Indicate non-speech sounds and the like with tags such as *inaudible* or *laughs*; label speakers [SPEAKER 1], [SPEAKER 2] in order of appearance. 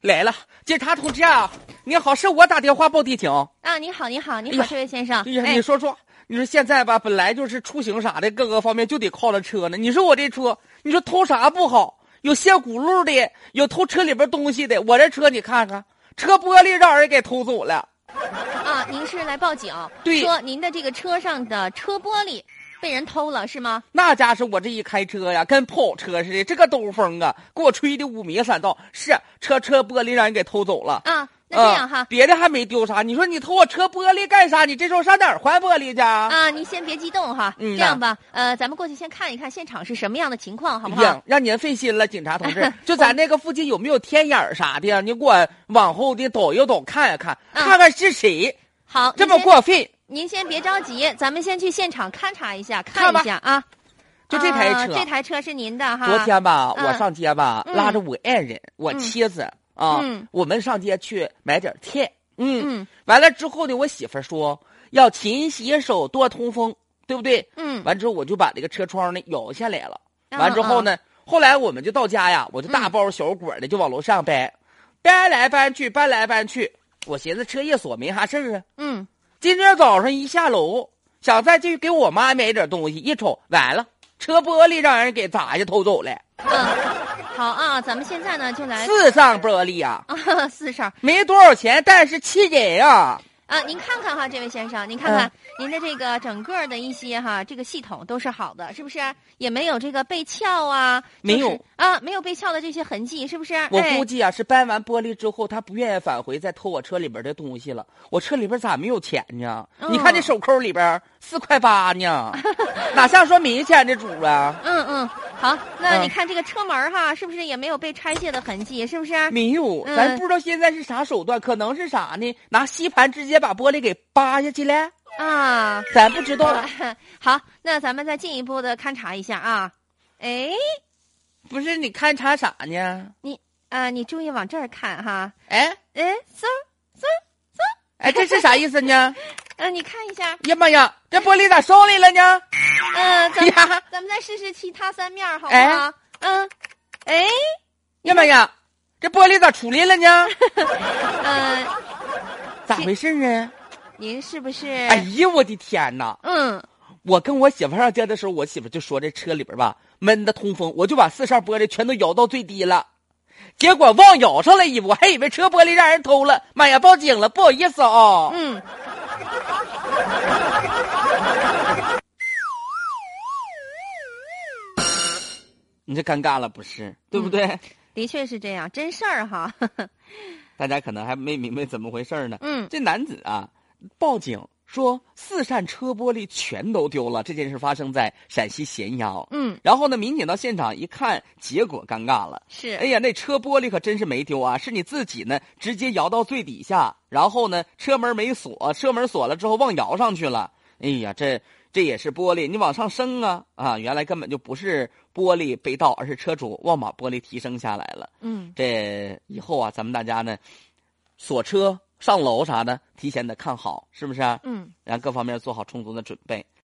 [SPEAKER 1] 来了，警察同志啊，你好，是我打电话报地警。
[SPEAKER 2] 啊，你好，你好，你
[SPEAKER 1] 哎
[SPEAKER 2] 好，
[SPEAKER 1] 呀
[SPEAKER 2] 这位先生。
[SPEAKER 1] 哎呀，你说说，你说现在吧，本来就是出行啥的，各个方面就得靠着车呢。你说我这车，你说偷啥不好？有卸轱辘的，有偷车里边东西的。我这车你看看，车玻璃让人给偷走了。
[SPEAKER 2] 啊，您是来报警，
[SPEAKER 1] 对
[SPEAKER 2] 说您的这个车上的车玻璃被人偷了是吗？
[SPEAKER 1] 那家是我这一开车呀，跟跑车似的，这个兜风啊，给我吹的五迷三道。是车车玻璃让人给偷走了。
[SPEAKER 2] 啊，那这样
[SPEAKER 1] 啊
[SPEAKER 2] 哈，
[SPEAKER 1] 别的还没丢啥，你说你偷我车玻璃干啥？你这时候上哪儿还玻璃去啊？
[SPEAKER 2] 啊，您先别激动哈，
[SPEAKER 1] 嗯
[SPEAKER 2] 这样吧，呃，咱们过去先看一看现场是什么样的情况，好不
[SPEAKER 1] 哎呀
[SPEAKER 2] 好？
[SPEAKER 1] 让您费心了，警察同
[SPEAKER 2] *laughs*
[SPEAKER 1] 志。就咱那个附近有没有天眼儿啥的呀？你给我往后的抖一抖，看一看，
[SPEAKER 2] 嗯
[SPEAKER 1] 看看是谁
[SPEAKER 2] 好，
[SPEAKER 1] 这
[SPEAKER 2] 您
[SPEAKER 1] 么
[SPEAKER 2] 先，
[SPEAKER 1] 过分？
[SPEAKER 2] 您先别着急，咱们先去现场勘察一下，
[SPEAKER 1] 看
[SPEAKER 2] 看
[SPEAKER 1] 吧
[SPEAKER 2] 一下啊。
[SPEAKER 1] 就这台
[SPEAKER 2] 啊
[SPEAKER 1] 车
[SPEAKER 2] 这台车是您的哈。
[SPEAKER 1] 昨天吧，
[SPEAKER 2] 嗯
[SPEAKER 1] 我上街吧，
[SPEAKER 2] 嗯
[SPEAKER 1] 拉着我爱人，我妻子啊
[SPEAKER 2] 嗯，
[SPEAKER 1] 我们上街去买点菜。嗯，
[SPEAKER 2] 嗯
[SPEAKER 1] 完了之后呢，我媳妇儿说要勤洗手，多通风，对不对？
[SPEAKER 2] 嗯，
[SPEAKER 1] 完之后我就把这个车窗呢摇下来了。
[SPEAKER 2] 嗯
[SPEAKER 1] 完之后？呢，后来我们就到家呀，我就大包小裹的就往楼上搬，搬来搬去，搬来搬去。我寻思车一锁没啥事儿啊。
[SPEAKER 2] 嗯
[SPEAKER 1] 今天早上一下楼，想再去给我妈买点东西，一瞅完了，车玻璃让人给砸下偷走了，
[SPEAKER 2] 嗯嗯，好啊，咱们现在呢就来
[SPEAKER 1] 四上玻璃呀、
[SPEAKER 2] 啊 *laughs* 四十二
[SPEAKER 1] 没多少钱，但是气人呀、
[SPEAKER 2] 啊，您看看哈，这位先生，您
[SPEAKER 1] 嗯
[SPEAKER 2] 看看、您的这个整个的一些哈，这个系统都是好的，是不是？啊也没有这个被撬啊，就是
[SPEAKER 1] 没有
[SPEAKER 2] 啊，没有被撬的这些痕迹，是不是？
[SPEAKER 1] 我
[SPEAKER 2] 哎
[SPEAKER 1] 估计啊，是搬完玻璃之后，他不愿意返回再偷我车里边的东西了。我车里边咋没有钱呢？你看这
[SPEAKER 2] 嗯
[SPEAKER 1] 手扣里边四块八呢，
[SPEAKER 2] *laughs*
[SPEAKER 1] 哪像说没钱的主啊？
[SPEAKER 2] 嗯嗯，好，那
[SPEAKER 1] 嗯
[SPEAKER 2] 你看这个车门儿哈，是不是也没有被拆卸的痕迹？是不是？
[SPEAKER 1] 没有，
[SPEAKER 2] 嗯
[SPEAKER 1] 咱不知道现在是啥手段，可能是啥呢？拿吸盘直接把玻璃给扒下去了，
[SPEAKER 2] 啊，
[SPEAKER 1] 咱不知道了。
[SPEAKER 2] *laughs* 好，那咱们再进一步的勘察一下啊。哎，
[SPEAKER 1] 不是你勘察啥呢？
[SPEAKER 2] 啊，你注意往这儿看哈。 *laughs*
[SPEAKER 1] 哎
[SPEAKER 2] 哎，嗖，
[SPEAKER 1] 哎，这是啥意思呢？
[SPEAKER 2] 呃，你看一下，
[SPEAKER 1] 呀妈呀，这玻璃咋烧来了呢？
[SPEAKER 2] 呃，咱们
[SPEAKER 1] 呀
[SPEAKER 2] 咱们再试试其他三面儿，好不
[SPEAKER 1] 哎
[SPEAKER 2] 好？嗯，哎，
[SPEAKER 1] 呀妈呀，这玻璃咋出来了呢？
[SPEAKER 2] 嗯。
[SPEAKER 1] 咋回事啊？
[SPEAKER 2] *laughs* 您是不是？
[SPEAKER 1] 哎呀，我的天哪！
[SPEAKER 2] 嗯
[SPEAKER 1] 我跟我媳妇上街的时候，我媳妇就说这车里边吧闷的通风，我就把四扇玻璃全都摇到最低了，结果忘摇上了一步，还以为车玻璃让人偷了，妈呀，报警了，不好意思啊、
[SPEAKER 2] 嗯，
[SPEAKER 1] 你这尴尬了不是，对不对？
[SPEAKER 2] 的确是这样，真事儿哈。 *laughs*
[SPEAKER 1] 大家可能还没明白怎么回事呢。
[SPEAKER 2] 嗯
[SPEAKER 1] 这男子啊，报警说四扇车玻璃全都丢了，这件事发生在陕西咸阳。
[SPEAKER 2] 嗯，
[SPEAKER 1] 然后呢，民警到现场一看，结果尴尬了。
[SPEAKER 2] 是
[SPEAKER 1] 哎呀，那车玻璃可真是没丢啊，是你自己呢直接摇到最底下，然后呢车门没锁，车门锁了之后忘摇上去了。哎呀，这这也是玻璃，你往上升啊啊！原来根本就不是玻璃被盗，而是车主忘把玻璃提升下来了。
[SPEAKER 2] 嗯
[SPEAKER 1] 这以后啊，咱们大家呢锁车上楼啥的，提前得看好，是不是、啊？
[SPEAKER 2] 嗯。
[SPEAKER 1] 然后各方面做好充足的准备。